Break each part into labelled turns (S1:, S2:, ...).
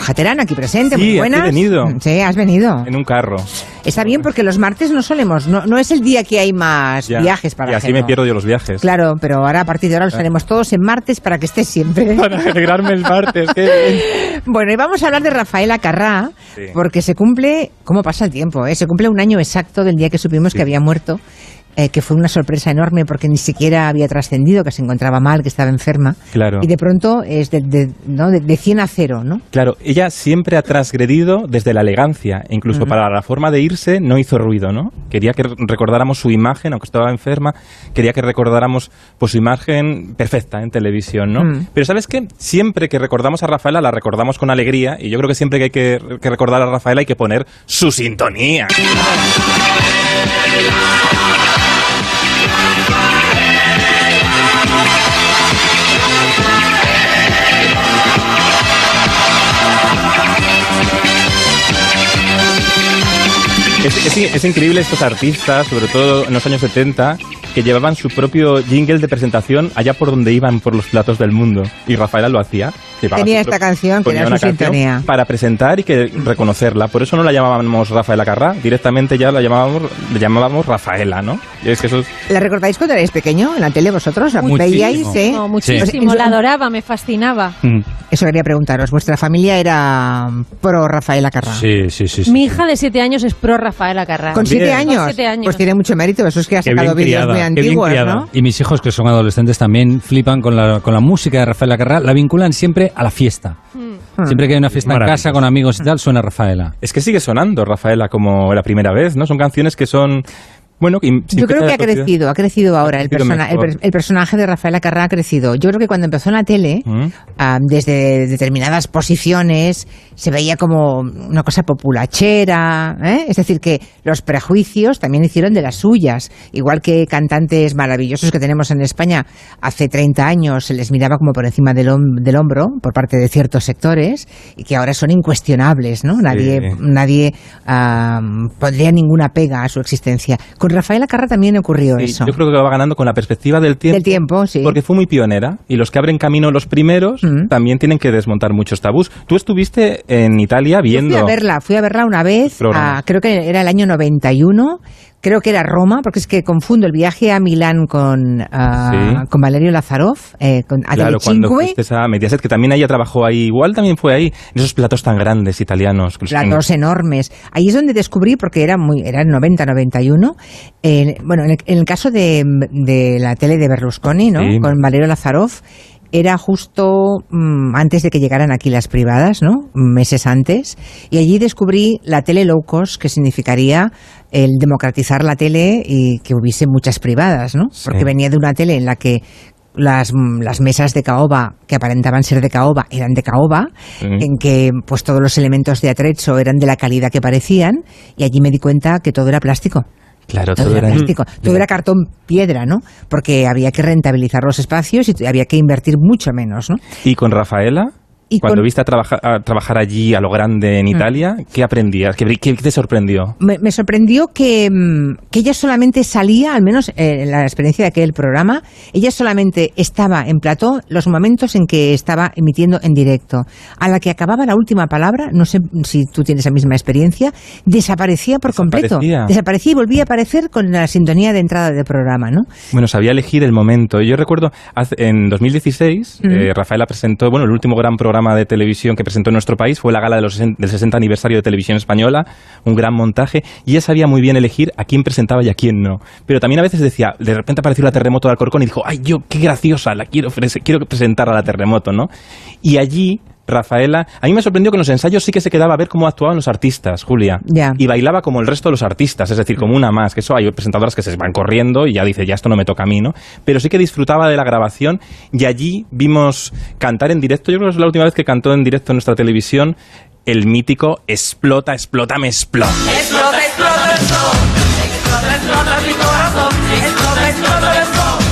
S1: Jaterán aquí presente.
S2: Sí,
S1: muy
S2: aquí he
S1: buenas. Mm,
S2: venido.
S1: Sí, has venido.
S2: En un carro.
S1: Está bien porque los martes no solemos, no, no es el día que hay más
S2: Ya.
S1: viajes para
S2: Y
S1: la
S2: así
S1: gente.
S2: me pierdo yo los viajes.
S1: Claro, pero ahora a partir de ahora los haremos todos en martes para que estés siempre.
S2: Para alegrarme el martes. qué bien.
S1: Bueno, y vamos a hablar de Rafaela Carrá,
S2: Sí.
S1: porque se cumple, ¿cómo pasa el tiempo? eh? Se cumple un año exacto del día que supimos
S2: Sí.
S1: que había muerto, eh, que fue una sorpresa enorme porque ni siquiera había trascendido, que se encontraba mal, que estaba enferma.
S2: Claro.
S1: Y de pronto es de, de- ¿no? de, de 100 a 0, ¿no?
S2: Claro, ella siempre ha transgredido desde la elegancia, e incluso para la forma de irse no hizo ruido, ¿no? Quería que recordáramos su imagen, aunque estaba enferma, quería que recordáramos pues, su imagen perfecta en televisión, ¿no?
S1: Mm.
S2: Pero ¿sabes qué? Siempre que recordamos a Rafaela, la recordamos con alegría, y yo creo que siempre que hay que, que recordar a Rafaela hay que poner su sintonía. Es, es- es increíble estos artistas, sobre todo en los años 70, que llevaban su propio jingle de presentación allá por donde iban por los platos del mundo. Y Rafaela lo hacía. llevaba
S1: Tenía
S2: su
S1: esta
S2: pro-
S1: canción que
S2: ponía
S1: era
S2: una
S1: su
S2: canción
S1: sintonía.
S2: Para presentar y que reconocerla. Por eso no la llamábamos Rafaela Carrá, directamente ya la llamábamos, la llamábamos Rafaela, ¿no? Y es que eso es-
S1: ¿La recordáis cuando erais pequeño en la tele vosotros? ¿La
S2: Muchísimo.
S1: veíais? eh?
S3: No,
S1: Pues,
S3: muchísimo,
S1: en-
S3: la adoraba, me fascinaba.
S1: Eso quería preguntaros. ¿Vuestra familia era pro Rafaela Carrá?
S4: Sí, sí, sí. sí.
S3: Mi hija de siete años es pro Rafaela Carrá.
S1: ¿Con siete,
S2: Bien.
S1: años?
S3: Con siete años.
S1: Pues tiene mucho mérito. Eso es que ha
S4: Qué bien
S1: sacado vídeos
S4: criada,
S1: muy
S4: qué bien
S1: antiguos,
S4: criada.
S1: ¿no?
S4: Y mis hijos, que son adolescentes, también flipan con la, con la música de Rafaela Carrá. La vinculan siempre a la fiesta.
S1: Ah.
S4: Siempre que hay una fiesta en
S2: Maravilloso.
S4: casa con amigos y tal, suena Rafaela.
S2: es que sigue sonando Rafaela como la primera vez, ¿no? Son canciones que son... Bueno, que
S1: Yo creo que ha crecido, ha crecido ahora el,
S2: crecido
S1: persona- el,
S2: mejor.
S1: per- el personaje de Rafaela Carrá ha crecido. Yo creo que cuando empezó en la tele,
S2: Mm.
S1: ah, desde determinadas posiciones, se veía como una cosa populachera, ¿eh? es decir, que los prejuicios también hicieron de las suyas, igual que cantantes maravillosos que tenemos en España hace 30 años se les miraba como por encima del, hom- del hombro por parte de ciertos sectores y que ahora son incuestionables, ¿no? Nadie, nadie ah, pondría ninguna pega a su existencia. Con Rafaela Carrá también ocurrió
S2: Sí,
S1: eso.
S2: Yo creo que lo va ganando con la perspectiva del tiempo.
S1: Del tiempo, sí.
S2: Porque fue muy pionera. Y los que abren camino los primeros
S1: Mm.
S2: también tienen que desmontar muchos tabús. Tú estuviste en Italia
S1: Yo
S2: viendo.
S1: Fui a verla, fui a verla una vez,
S2: Programa.
S1: a- creo que era el año 91, creo que era Roma, porque es que confundo el viaje a Milán con, ah,
S2: Sí.
S1: con Valerio Lazarov, eh, con a
S2: Claro, cuando
S1: Telecinque,
S2: fuiste a Mediaset, que también ella trabajó ahí, igual también fue ahí, en esos platos tan grandes italianos. que los-
S1: platos enormes. Ahí es donde descubrí, porque era muy, era el 90-91, eh, bueno, en el, en el caso de, de la tele de Berlusconi, ¿no?
S2: Sí.
S1: Con Valerio Lazarov, era justo mm, antes de que llegaran aquí las privadas, ¿no? Meses antes. Y allí descubrí la tele low cost, que significaría el democratizar la tele y que hubiese muchas privadas, ¿no?
S2: Sí.
S1: Porque venía de una tele en la que las, las mesas de caoba, que aparentaban ser de caoba, eran de caoba,
S2: Sí.
S1: en que pues todos los elementos de atrecho eran de la calidad que parecían, y allí me di cuenta que todo era plástico.
S2: Claro,
S1: Todo, era plástico, todo era cartón piedra, ¿no? Porque había que rentabilizar los espacios y t- había que invertir mucho menos, ¿no?
S2: ¿Y con Rafaela?
S1: Y
S2: cuando
S1: con- Mm.
S2: viste a, trabaja- a trabajar allí a lo grande en Italia, ¿qué aprendías? ¿Qué, qué te sorprendió?
S1: Me, me sorprendió que, mm, que ella solamente salía, al menos eh, en la experiencia de aquel programa, ella solamente estaba en plató los momentos en que estaba emitiendo en directo. A la que acababa la última palabra, no sé si tú tienes la misma experiencia, desaparecía por
S2: Desaparecía.
S1: completo. Desaparecía y volvía a aparecer con la sintonía de entrada del programa, ¿no?
S2: Bueno, sabía elegir el momento. Yo recuerdo hace- en 2016,
S1: Ujú.
S2: eh, Rafaela presentó, bueno, el último gran programa de televisión que presentó en nuestro país fue la gala de los sesen- del 60 aniversario de Televisión Española, un gran montaje, y ella sabía muy bien elegir a quién presentaba y a quién no. Pero también a veces decía, de repente apareció la terremoto de Alcorcón y dijo, ay, yo, qué graciosa, la quiero, ofrecer- quiero presentar a la terremoto, ¿no? Y allí... Rafaela, a mí me sorprendió que en los ensayos sí que se quedaba a ver cómo actuaban los artistas, Julia.
S1: Ya.
S2: Y bailaba como el resto de los artistas, es decir, como una más, que eso hay presentadoras que se van corriendo y ya dice, ya esto no me toca a mí, ¿no? Pero sí que disfrutaba de la grabación y allí vimos cantar en directo, yo creo que es la última vez que cantó en directo en nuestra televisión, el mítico Explota, explota, me explota.
S5: Explota, explota el sol. Explota, explota mi corazón. Explota, explota el sol.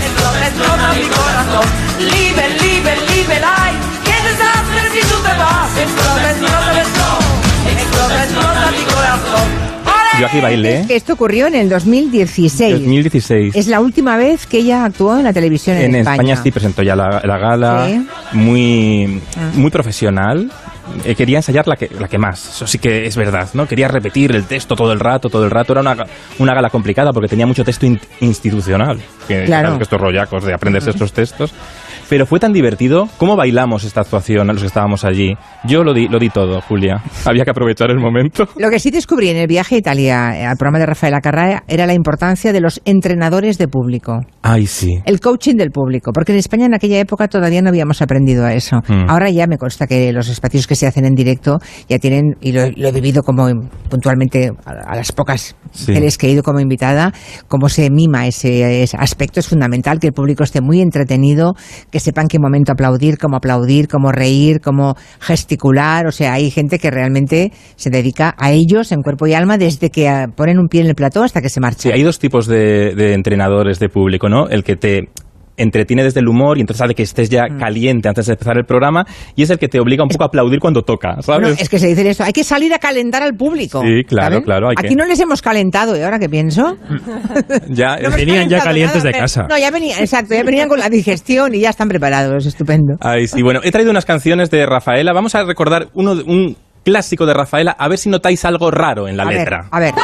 S5: Explota, explota mi corazón. Live, live, live life. Qué desastre si tú te vas. Explota, explota el sol. Explota, explota mi corazón.
S2: Yo aquí bailé. ¿eh?
S1: Es que esto ocurrió en el 2016.
S2: 2016.
S1: Es la última vez que ella actuó en la televisión en,
S2: en España. sí presentó ya la, la gala,
S1: Sí.
S2: muy, muy profesional, eh, quería ensayar la que, la que más, eso sí que es verdad, ¿no? Quería repetir el texto todo el rato, todo el rato. Era una, ga- una gala complicada porque tenía mucho texto in- institucional, que,
S1: Claro.
S2: que estos rollacos de aprenderse estos textos. Pero fue tan divertido. ¿Cómo bailamos esta actuación a los que estábamos allí? Yo lo di, lo di todo, Julia. Había que aprovechar el momento.
S1: Lo que sí descubrí en el viaje a Italia eh, al programa de Rafaela Carrà era la importancia de los entrenadores de público,
S2: Ay, sí.
S1: el coaching del público, porque en España en aquella época todavía no habíamos aprendido a eso.
S2: Mm.
S1: Ahora ya me consta que los espacios que se hacen en directo ya tienen, y lo, lo he vivido como en- puntualmente a, a las pocas
S2: Sí.
S1: teles que he ido como invitada, cómo se mima ese, ese aspecto. Es fundamental que el público esté muy entretenido, que sepan qué momento aplaudir, cómo aplaudir, cómo reír, cómo gesticular. O sea, hay gente que realmente se dedica a ellos en cuerpo y alma desde que ah, ponen un pie en el plató hasta que se marchan.
S2: Sí, hay dos tipos de, de entrenadores de público, ¿no? El que te entretiene desde el humor y entonces hace que estés
S1: Mm.
S2: ya caliente antes de empezar el programa y es el que te obliga un poco a aplaudir cuando toca,
S1: No,
S2: ¿sabes?
S1: es que se dice eso, hay que salir a calentar al público.
S2: Sí, claro, claro, hay
S1: Aquí
S2: que-
S1: no les hemos calentado, ¿y ahora qué pienso?
S2: Ah, ya,
S1: No hemos
S6: Venían ya
S1: calentado
S6: calientes
S1: nada,
S6: de
S1: pero-
S6: casa.
S1: No, ya venían, exacto, ya venían con la digestión y ya están preparados, estupendo.
S2: Ay, sí, bueno, he traído unas canciones de Rafaela. Vamos a recordar uno, de- un clásico de Rafaela, a ver si notáis algo raro en la
S1: a
S2: letra.
S1: ver, a ver.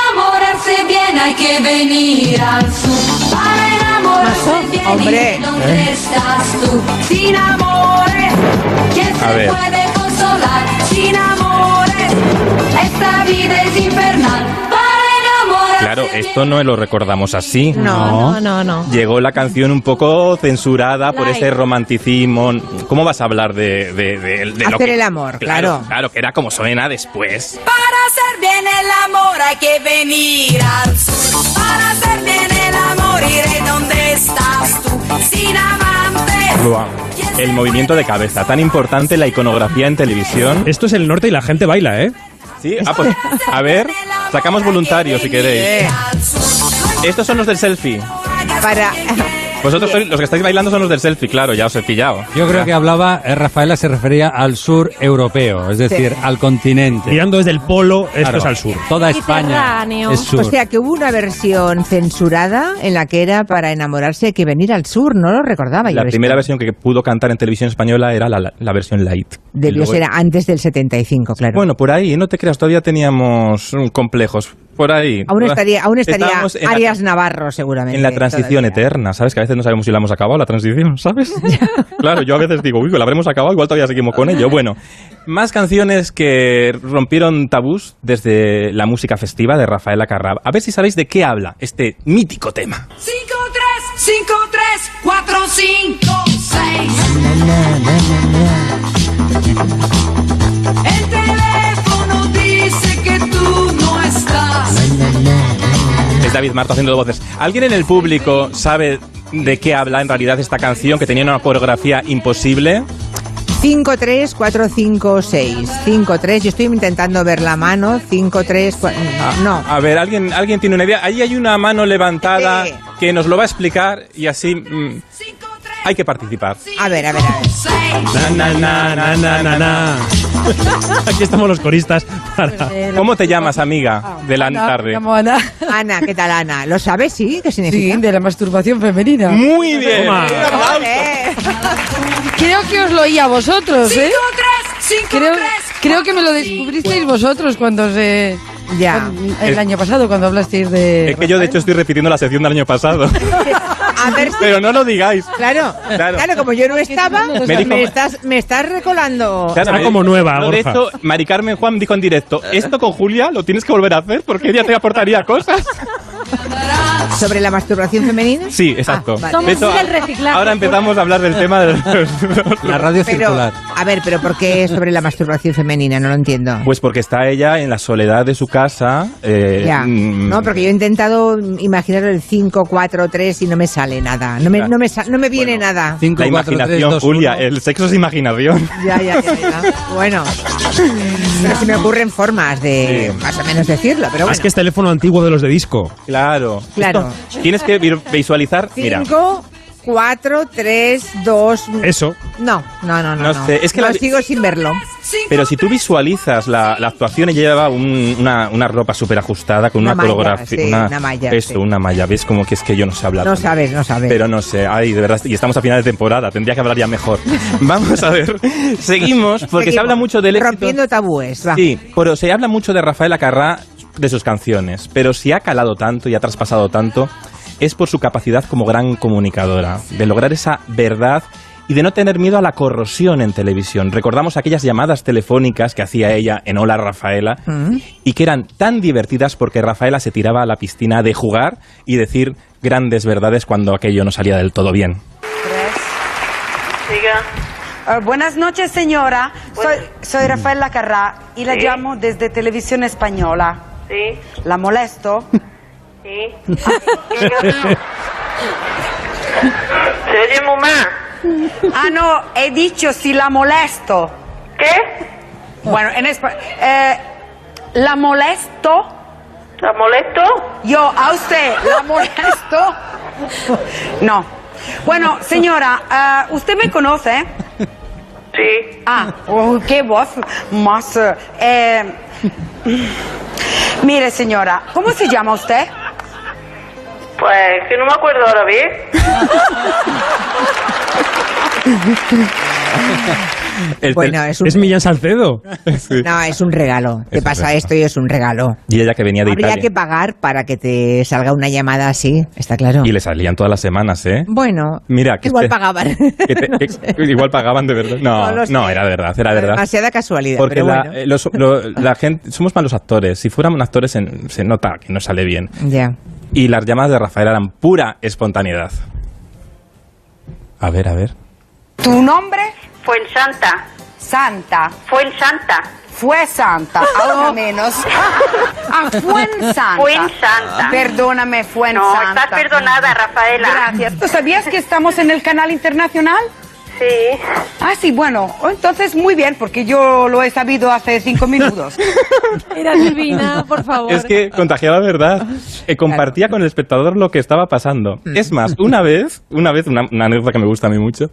S7: enamorarse bien hay que venir al sur. Para enamorarse
S1: Mazo,
S7: bien,
S1: hombre.
S7: ¿y ¿dónde
S2: Eh.
S7: estás tú? Sin amores, ¿quién
S2: A
S7: se
S2: ver.
S7: puede consolar? Sin amores, esta vida es infernal. Para enamorarse
S2: Claro,
S7: bien
S2: esto no lo recordamos así.
S3: No, no, no. no.
S2: Llegó la canción un poco censurada por
S3: Light.
S2: ese romanticismo. ¿Cómo vas a hablar de, de, de- de
S1: Hacer el amor, claro.
S2: Claro, que era como suena después.
S7: Para hacer bien el amor hay que venir al sur. Para hacer bien el amor iré donde estás tú. Sin amantes.
S2: Buah, El movimiento de cabeza, tan importante en la iconografía en televisión.
S6: Esto es el norte y la gente baila, ¿eh?
S2: Sí, ah, pues, a ver, sacamos voluntarios si queréis. Estos son los del selfie.
S1: Para,
S2: Vosotros sois- los que estáis bailando son los del selfie, claro, ya os he pillado.
S4: Yo creo que hablaba, eh, Rafaela se refería al sur europeo, es decir, al continente.
S6: Mirando desde el polo, esto
S4: Claro,
S6: es al sur.
S4: Toda España
S3: Mediterráneo.
S4: es sur.
S1: o sea, que hubo una versión censurada en la que era para enamorarse hay que venir al sur, no lo recordaba yo.
S2: La
S1: esto.
S2: primera versión que pudo cantar en televisión española era la, la versión light. Y
S1: Debió
S2: luego-
S1: ser antes del 75, claro.
S2: Bueno, por ahí, no te creas, todavía teníamos mm, complejos. Por ahí.
S1: aún estaría, aún estaría
S2: Estábamos en la-
S1: Arias Navarro seguramente.
S2: En la transición
S1: todavía.
S2: eterna, ¿sabes? Que a veces no sabemos si la hemos acabado, la transición, ¿sabes? claro, yo a veces digo, uy, la habremos acabado, igual todavía seguimos con ello. Bueno, más canciones que rompieron tabús desde la música festiva de Rafaela Carrà. A ver si sabéis de qué habla este mítico tema.
S7: 5, 3, 5, 3, 4, 5, 6. El teléfono dice que tú no estás.
S2: Es David Marto haciendo voces. ¿Alguien en el público sabe de qué habla en realidad esta canción que tenía una coreografía imposible?
S1: 5, 3, 4, 5, 6. 5, 3, yo estoy intentando ver la mano. 5, 3, 4. No.
S2: A ver, ¿alguien, ¿alguien tiene una idea? Ahí hay una mano levantada
S1: Sí.
S2: que nos lo va a explicar y así mm,
S7: 5, 3,
S2: hay que participar.
S1: A ver, a ver, a ver.
S7: 6.
S6: Na, na, na, na, na, na, na. Aquí estamos los coristas para...
S2: ¿Cómo te llamas,
S1: Ah.
S2: amiga? De la tarde.
S8: Ana,
S1: Ana, ¿qué tal, Ana? ¿Lo sabes, sí? ¿Qué significa?
S8: sí, de la masturbación femenina.
S2: Muy bien.
S6: Toma.
S2: Un aplauso.
S1: Ole.
S8: Creo que os lo oí a vosotros,
S7: 5,
S8: ¿eh?
S7: 3, 5,
S8: Creo,
S7: 3.
S8: creo que me lo descubristeis vosotros cuando se...
S1: Ya.
S8: El año pasado, cuando hablasteis de...
S2: Es que yo, de hecho, estoy repitiendo la sección del año pasado.
S1: A ver si.
S2: Pero no lo digáis.
S1: Claro,
S2: Claro.
S1: claro, como yo no estaba,
S8: Me
S1: me,
S2: dijo-
S1: estás, me estás recolando.
S2: Claro,
S6: Está
S2: me-
S6: como nueva,
S2: no, De
S6: Borja.
S2: hecho, Mari Carmen Juan dijo en directo, esto con Julia lo tienes que volver a hacer porque ella te aportaría cosas.
S1: ¿Sobre la masturbación femenina?
S2: Sí, exacto.
S1: Ah, vale.
S3: Somos
S2: De hecho,
S3: del reciclaje.
S2: ahora empezamos a hablar del tema de...
S4: La radio
S1: Pero,
S4: circular.
S1: a ver, pero ¿por qué sobre la masturbación femenina? No lo entiendo.
S2: Pues porque está ella en la soledad de su casa. eh,
S1: ya.
S2: mm,
S1: No, porque yo he intentado imaginar el 5, 4, 3 y no me sale nada. No me, no me, sa- no me viene
S2: Bueno.
S1: nada.
S4: Cinco,
S2: La
S4: cuatro, tres,
S2: imaginación,
S4: dos,
S2: Julia.
S4: uno.
S2: El sexo es imaginación.
S1: Ya, ya, ya, ya. Bueno, pero se me ocurren formas de
S2: Sí.
S1: más o menos decirlo, pero bueno.
S6: Es que es teléfono antiguo de los de disco.
S2: Claro.
S1: Claro.
S2: Esto- tienes que vir- visualizar. Mira.
S1: 5, 4, 3, 2.
S6: Eso.
S1: No, no, no, no.
S2: No sé, es que la-
S1: sigo sin verlo.
S2: Pero si tú visualizas la, la actuación, ella llevaba un- una, una ropa súper ajustada, con
S1: Una
S2: una,
S1: malla,
S2: coreografía.
S1: sí, una malla,
S2: Eso,
S1: sí.
S2: una malla. ¿Ves? Como que es que yo no sé hablar.
S1: No
S2: tanto.
S1: sabes, no sabes.
S2: Pero no sé, ay, de verdad, y estamos a final de temporada, tendría que hablar ya mejor. Vamos a ver, seguimos, porque se
S1: Seguimos.
S2: habla mucho del éxito.
S1: Rompiendo tabúes, va.
S2: Sí, pero se habla mucho de Rafael Acarrá, de sus canciones, pero si ha calado tanto y ha traspasado tanto, es por su capacidad como gran comunicadora, de lograr esa verdad y de no tener miedo a la corrosión en televisión. Recordamos aquellas llamadas telefónicas que hacía ella en Hola Rafaela
S1: Mm.
S2: y que eran tan divertidas porque Rafaela se tiraba a la piscina de jugar y decir grandes verdades cuando aquello no salía del todo bien.
S9: Eh, buenas noches, señora. Soy, soy Rafael Lacarrá y la
S10: Sí.
S9: llamo desde Televisión Española.
S10: Sí,
S9: ¿La molesto?
S10: sí. Se oye muy mal.
S9: Ah, no, he dicho si la molesto.
S10: ¿Qué?
S9: Bueno, en español. ¿La molesto?
S10: ¿La molesto?
S9: Yo, a usted, ¿la molesto? No. Bueno, señora, eh, ¿usted me conoce?
S10: Sí.
S9: Ah, oh, qué voz más... eh, eh, mire, señora, ¿cómo se llama usted?
S10: Pues que no me acuerdo ahora bien.
S2: El tel-
S1: Bueno, es un,
S6: Es Millán Salcedo.
S1: no, es un regalo. Te
S2: un
S1: pasa
S2: regalo.
S1: esto y es un regalo.
S2: Y ella que venía de
S1: Habría
S2: Italia.
S1: que pagar para que te salga una llamada así, está claro.
S2: Y le salían todas las semanas, ¿eh?
S1: Bueno,
S2: Mira, que
S1: igual
S2: este-
S1: pagaban.
S2: Que te-
S1: No
S2: que-
S1: sé.
S2: que igual pagaban de verdad. No,
S1: No lo
S2: no,
S1: sé.
S2: era de verdad, era de verdad.
S1: Demasiada casualidad,
S2: Porque
S1: pero
S2: la,
S1: bueno.
S2: eh, los- lo- la gente, somos malos actores. Si fuéramos actores en- se nota que no sale bien.
S1: Ya.
S2: Y las llamadas de Rafael eran pura espontaneidad. A ver, a ver.
S9: ¿Tu nombre?
S10: Fue en Santa.
S9: Santa.
S10: Fue en Santa.
S9: Fue Santa, ahora menos. Ah, fue en Santa.
S10: Fue en Santa.
S9: Perdóname, fue en
S10: No,
S9: Santa.
S10: estás perdonada, Rafaela.
S9: Gracias. ¿Tú sabías que estamos en el canal internacional?
S10: Sí.
S9: Ah, sí, bueno, entonces muy bien, porque yo lo he sabido hace cinco minutos.
S3: Era divina, por favor.
S2: Es que contagiaba verdad. Eh, compartía con el espectador lo que estaba pasando.
S1: Mm.
S2: Es más, una vez, una vez, una, una anécdota que me gusta a mí mucho,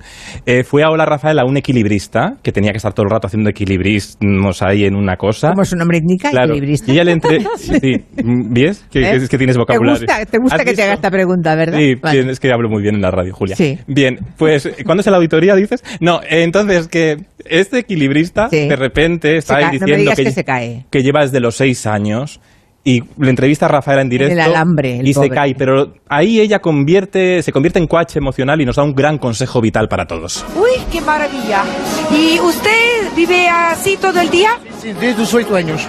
S2: eh, fue a Hola Rafael a un equilibrista que tenía que estar todo el rato haciendo equilibrismos ahí en una cosa.
S1: Como su nombre indica,
S2: Claro.
S1: equilibrista.
S2: Y ya le entré. Sí. Mm, ¿Ves? Que,
S1: ¿Eh?
S2: que- es que tienes
S1: Te
S2: vocabulario.
S1: gusta, te gusta
S2: ¿Has
S1: que te haga
S2: visto?
S1: esta pregunta, ¿verdad?
S2: Sí,
S1: Vale.
S2: bien, es que hablo muy bien en la radio, Julia.
S1: Sí.
S2: Bien, pues cuando es la auditoría dices, no, eh, entonces que este equilibrista
S1: Sí.
S2: de repente está
S1: Se
S2: ahí
S1: cae, no me
S2: diciendo
S1: digas que
S2: lle-
S1: se cae.
S2: que lleva desde los seis años y le entrevista a Rafaela en directo
S1: el alambre, el
S2: y
S1: pobre.
S2: se cae, pero ahí ella convierte, se convierte en coach emocional y nos da un gran consejo vital para todos.
S9: Uy, qué maravilla. ¿Y usted vive así todo el día?
S11: Sim, desde os oito anos.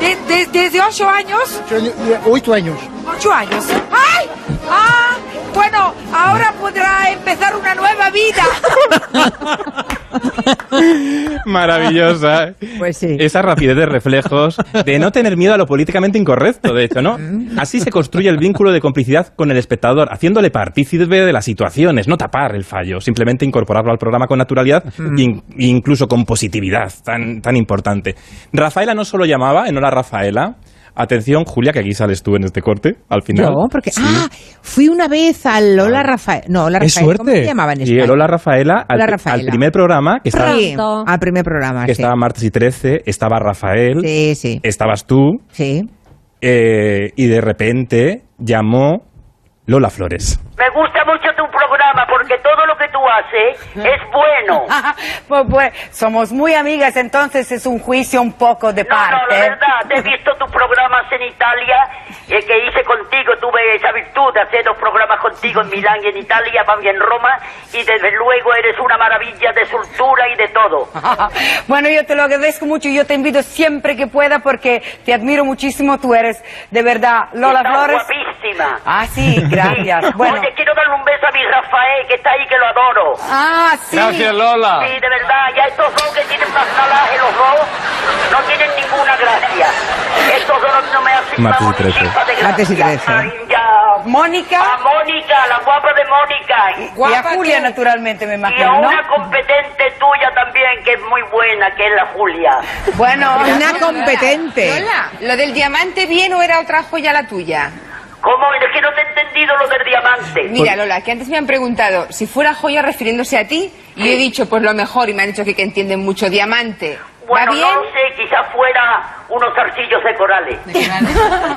S9: De- de- ¿Desde ocho años?
S11: Oito anos.
S9: Ocho años. ¡Ay! ¡Ah! Bueno, ahora podrá empezar una nueva vida.
S2: Maravillosa.
S1: Pues sí.
S2: Esa rapidez de reflejos, de no tener miedo a lo políticamente incorrecto, de hecho, ¿no? Así se construye el vínculo de complicidad con el espectador, haciéndole partícipe de las situaciones, no tapar el fallo, simplemente incorporarlo al programa con naturalidad e in- e incluso con positividad, tan, tan importante. Rafaela no solo llamaba, en hora Rafaela. Atención, Julia, que aquí sales tú en este corte, al final. Ah.
S1: No, porque. Ah, fui una vez al Lola Rafael. No, Lola
S6: Es
S1: Rafael. ¿Cómo
S6: suerte.
S1: se llamaban
S2: Y el Hola Rafaela, al,
S1: Hola,
S2: al
S1: Rafaela.
S2: primer programa, que estaba,
S1: Sí,
S3: Pronto.
S1: al primer programa.
S2: que
S1: Ah, sí.
S2: estaba martes y 13, estaba Rafael,
S1: Sí, sí.
S2: estabas tú,
S1: Sí.
S2: Eh, y de repente llamó Lola Flores.
S10: Me gusta mucho tu programa porque todo lo que tú haces es bueno.
S9: pues, pues, somos muy amigas, entonces es un juicio un poco de
S10: No, no, la
S9: parte.
S10: verdad, he visto tus programas en Italia eh, que hice contigo, tuve esa virtud de hacer dos programas contigo en Milán y en Italia, también en Roma, y desde luego eres una maravilla de soltura y de todo.
S9: bueno, yo te lo agradezco mucho y yo te invito siempre que pueda porque te admiro muchísimo. Tú eres de verdad Lola
S10: Estás
S9: Flores.
S10: guapísima.
S9: Ah, sí, gracias. Bueno.
S10: Oye, quiero darle un beso a mi Rafael, que está ahí, que lo adoro.
S9: Ah, sí.
S11: Lola.
S10: Sí, de verdad, ya estos dos que tienen personaje, los dos, no tienen ninguna gracia. Estos dos no me hacen
S2: Martes y
S10: vamos, ni
S2: trece.
S10: chispa de gracia.
S1: Martes y trece.
S10: Ay, ya. A
S9: Mónica
S10: Mónica, la guapa de Mónica.
S9: y a Julia, naturalmente, me
S10: Y a
S9: imagino, ¿no?
S10: una competente tuya también, que es muy buena, que es la Julia.
S9: Bueno,
S1: Una competente.
S10: ¿Cómo? Es que no te entendí ídolo del diamante.
S12: Mira, Lola, que antes me han preguntado si fuera joya refiriéndose a ti, y yo he dicho, pues lo mejor, y me han dicho que, que entienden mucho diamante. ¿Va
S10: Bueno,
S12: bien?
S10: no sé, quizás fuera unos arcillos de corales.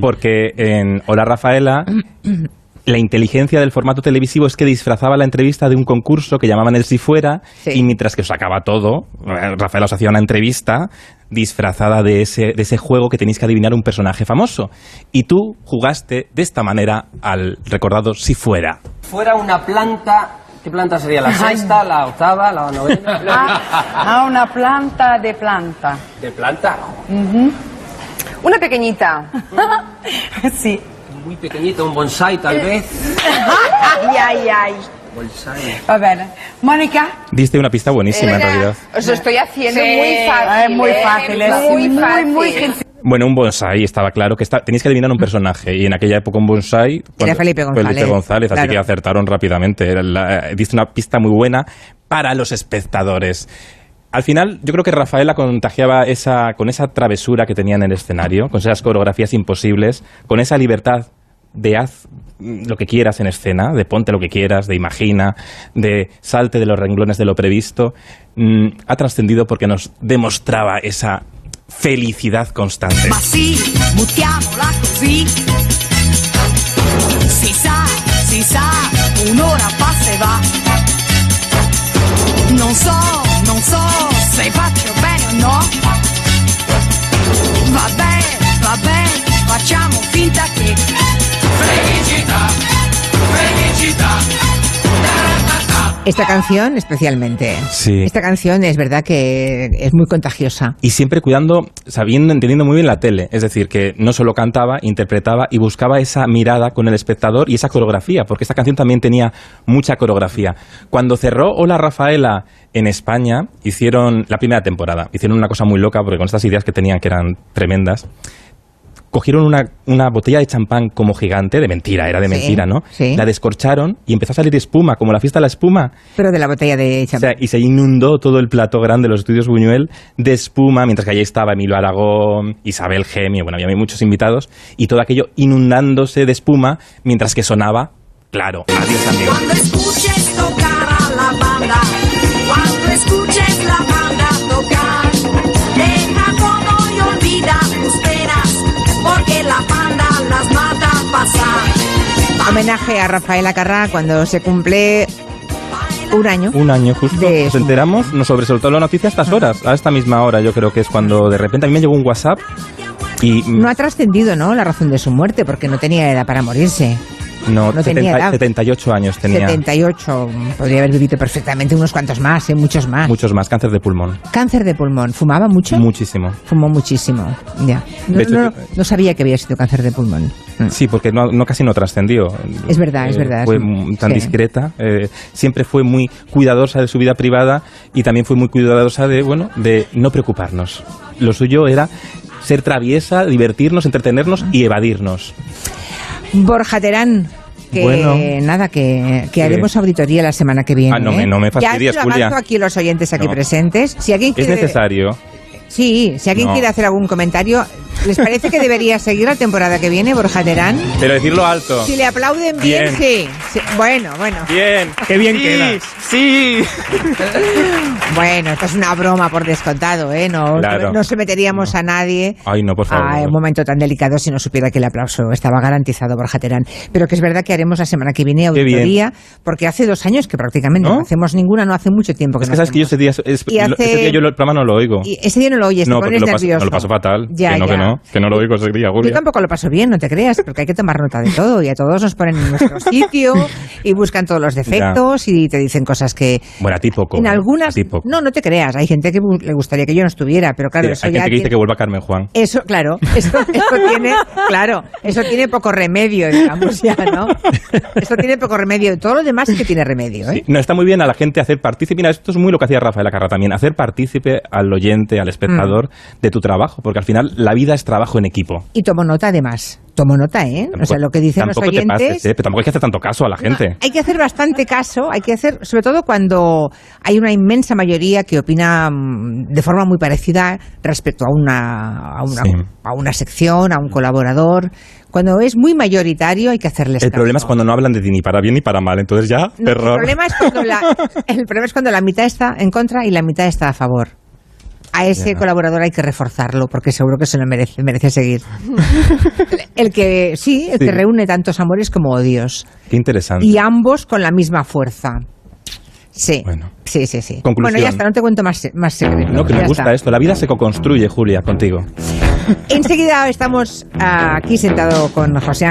S2: Porque en Hola Rafaela, la inteligencia del formato televisivo es que disfrazaba la entrevista de un concurso que llamaban el Si Fuera,
S1: Sí.
S2: y mientras que os sacaba todo, eh, Rafaela os hacía una entrevista disfrazada de ese, de ese juego que tenéis que adivinar un personaje famoso. Y tú jugaste de esta manera al recordado Si Fuera.
S13: Fuera una planta, ¿qué planta sería? ¿La sexta, la octava, la novena?
S9: Ah, una planta de planta.
S13: ¿De planta?
S12: Una pequeñita.
S13: Sí. Muy pequeñito, un bonsai tal vez.
S9: ay, ay, ay.
S13: Bonsai.
S9: A ver, Mónica.
S2: Diste una pista buenísima, en
S12: Era-
S2: realidad.
S12: Os lo estoy haciendo
S9: Sí, Ah,
S12: muy fácil.
S9: es
S12: ¿eh?
S9: muy fácil, es
S12: muy,
S9: muy,
S12: fácil.
S9: muy
S2: Bueno, un bonsai, estaba claro que está, tenéis que adivinar un personaje. Y en aquella época un bonsai... cuando-
S1: Felipe González,
S2: González, así
S1: claro.
S2: que acertaron rápidamente. Era la- eh, diste una pista muy buena para los espectadores. Al final, yo creo que Rafaela contagiaba esa, con esa travesura que tenía en el escenario, con esas coreografías imposibles, con esa libertad de haz mm, lo que quieras en escena, de ponte lo que quieras, de imagina, de salte de los renglones de lo previsto, Mm, ha trascendido porque nos demostraba esa felicidad constante.
S7: Ma sì, buttiamola così. Si sa, si sa, un'ora passa e va. Non so, non so se faccio bene o no. Vabbè, vabbè, facciamo finta che. Felicità, felicità.
S1: Esta canción especialmente.
S2: Sí.
S1: Esta canción es verdad que es muy contagiosa.
S2: Y siempre cuidando, sabiendo, entendiendo muy bien la tele. Es decir, que no solo cantaba, interpretaba y buscaba esa mirada con el espectador y esa coreografía, porque esta canción también tenía mucha coreografía. Cuando cerró Hola Rafaela en España, hicieron la primera temporada. Hicieron una cosa muy loca, porque con estas ideas que tenían, que eran tremendas, cogieron una, una botella de champán como gigante, de mentira, era de
S1: Sí,
S2: mentira, ¿no?
S1: sí.
S2: La descorcharon y empezó a salir espuma, como la fiesta de la espuma.
S1: Pero de la botella de
S2: O
S1: champán.
S2: sea, y se inundó todo el plato grande de los estudios Buñuel de espuma, mientras que allí estaba Emilio Aragón, Isabel Gemio, bueno, había muchos invitados, y todo aquello inundándose de espuma mientras que sonaba, claro, adiós amigos.
S7: Cuando escuches tocar a la banda, cuando escuches la banda tocar, deja todo y olvida tus penas, porque la banda las mata a pasar.
S1: Homenaje a Rafaela Carrá cuando se cumple un año.
S2: Un año justo, nos enteramos, nos sobresaltó la noticia a estas horas, a esta misma hora yo creo que es cuando de repente a mí me llegó un WhatsApp y mm,
S1: No ha trascendido, ¿no? La razón de su muerte, porque no tenía edad para morirse.
S2: no,
S1: no
S2: 70
S1: tenía edad.
S2: 78 años tenía,
S1: 78, podría haber vivido perfectamente unos cuantos más, ¿eh? muchos más.
S2: muchos más, cáncer de pulmón,
S1: Cáncer de pulmón, ¿fumaba mucho?
S2: muchísimo.
S1: Fumó muchísimo, ya. No,
S2: De hecho,
S1: no-
S2: yo-
S1: no sabía que había sido cáncer de pulmón.
S2: Sí, porque no, no- casi no trascendió. Eh,
S1: Es verdad, es verdad,
S2: Fue
S1: es-
S2: m- tan
S1: sí.
S2: discreta. eh, siempre fue muy cuidadosa de su vida privada y también fue muy cuidadosa de, bueno, de no preocuparnos. Lo suyo era ser traviesa, divertirnos, entretenernos y evadirnos.
S1: Mm. Borja Terán. Que
S2: Bueno.
S1: nada, que, que
S2: Sí.
S1: haremos auditoría la semana que viene.
S2: Ah, no me-
S1: ¿eh?
S2: no me fastidies,
S1: ya te lo avanzo
S2: Julia.
S1: aquí los oyentes aquí
S2: No.
S1: presentes. Si alguien
S2: Es
S1: quiere,
S2: necesario.
S1: Sí, si alguien
S2: No.
S1: quiere hacer algún comentario, ¿les parece que debería seguir la temporada que viene, Borja Terán?
S2: Pero decirlo alto.
S1: Si le aplauden bien,
S2: Bien.
S1: sí. Sí, Bueno, bueno.
S2: Bien.
S6: Qué bien
S2: Sí,
S6: queda.
S2: Sí.
S1: Bueno, esto es una broma por descontado, ¿eh? No,
S2: Claro.
S1: no se meteríamos a nadie.
S2: Ay, no, por favor.
S1: a un momento tan delicado si no supiera que el aplauso estaba garantizado Borja Terán. Pero que es verdad que haremos la semana que viene
S2: Qué bien.
S1: auditoría, porque hace dos años que prácticamente no,
S2: ¿No?
S1: hacemos ninguna, no hace mucho tiempo que
S2: es
S1: no
S2: que sabes que yo
S1: hacemos.
S2: ese día, es-
S1: Y
S2: lo- ese
S1: hace-
S2: día yo lo- el programa no lo oigo.
S1: Y ese día no lo oyes,
S2: no,
S1: te
S2: porque
S1: pones
S2: lo paso,
S1: nervioso.
S2: no, lo paso fatal.
S1: Ya,
S2: que no,
S1: ya.
S2: que no. Que no lo oigo ese día,
S1: Yo
S2: Julia.
S1: tampoco lo paso bien, no te creas, porque hay que tomar nota de todo y a todos nos ponen en nuestro sitio y buscan todos los defectos y te dicen cosas que
S2: Bueno, a ti poco.
S1: en
S2: ¿eh?
S1: algunas
S2: A ti poco.
S1: no, no te creas, hay gente que bu- le gustaría que yo no estuviera, pero claro,
S2: Sí,
S1: eso
S2: hay
S1: ya
S2: gente que dice
S1: tiene-
S2: que vuelva Carmen Juan.
S1: Eso, claro, eso, eso tiene, claro, eso tiene poco remedio, digamos ya, ¿no? Eso tiene poco remedio, todo lo demás sí que tiene remedio, ¿eh?
S2: Sí, No, está muy bien a la gente hacer partícipe. Mira, esto es muy lo que hacía Rafael Acarra también, hacer partícipe al
S1: Mm.
S2: oyente, al espectador, de tu trabajo, porque al final la vida es trabajo en equipo.
S1: Y tomo nota además. Tomo nota, ¿eh? o sea, lo que dicen los
S2: tampoco
S1: oyentes...
S2: te pases, ¿eh? pero tampoco hay que hacer tanto caso a la gente.
S1: Hay que hacer bastante caso, hay que hacer, sobre todo cuando hay una inmensa mayoría que opina mm, de forma muy parecida respecto a una, a una,
S2: Sí.
S1: a una sección, a un colaborador. Cuando es muy mayoritario hay que hacerles
S2: El
S1: caso.
S2: problema es cuando no hablan de ti ni para bien ni para mal, entonces ya,
S1: No, el,
S2: error.
S1: problema es cuando la, el problema es cuando la mitad está en contra y la mitad está a favor. A ese
S2: Ya.
S1: colaborador hay que reforzarlo porque seguro que se lo merece, merece seguir. El, el que sí, el
S2: Sí.
S1: que reúne tantos amores como odios.
S2: Qué interesante.
S1: Y ambos con la misma fuerza. Sí. Sí, sí, sí.
S2: Conclusión.
S1: Bueno, ya está, no te cuento más, se- más secretos.
S2: No, que me
S1: Ya
S2: gusta
S1: está.
S2: esto. La vida se co-construye, Julia, contigo.
S1: Enseguida estamos ah, aquí sentado con José Ángel.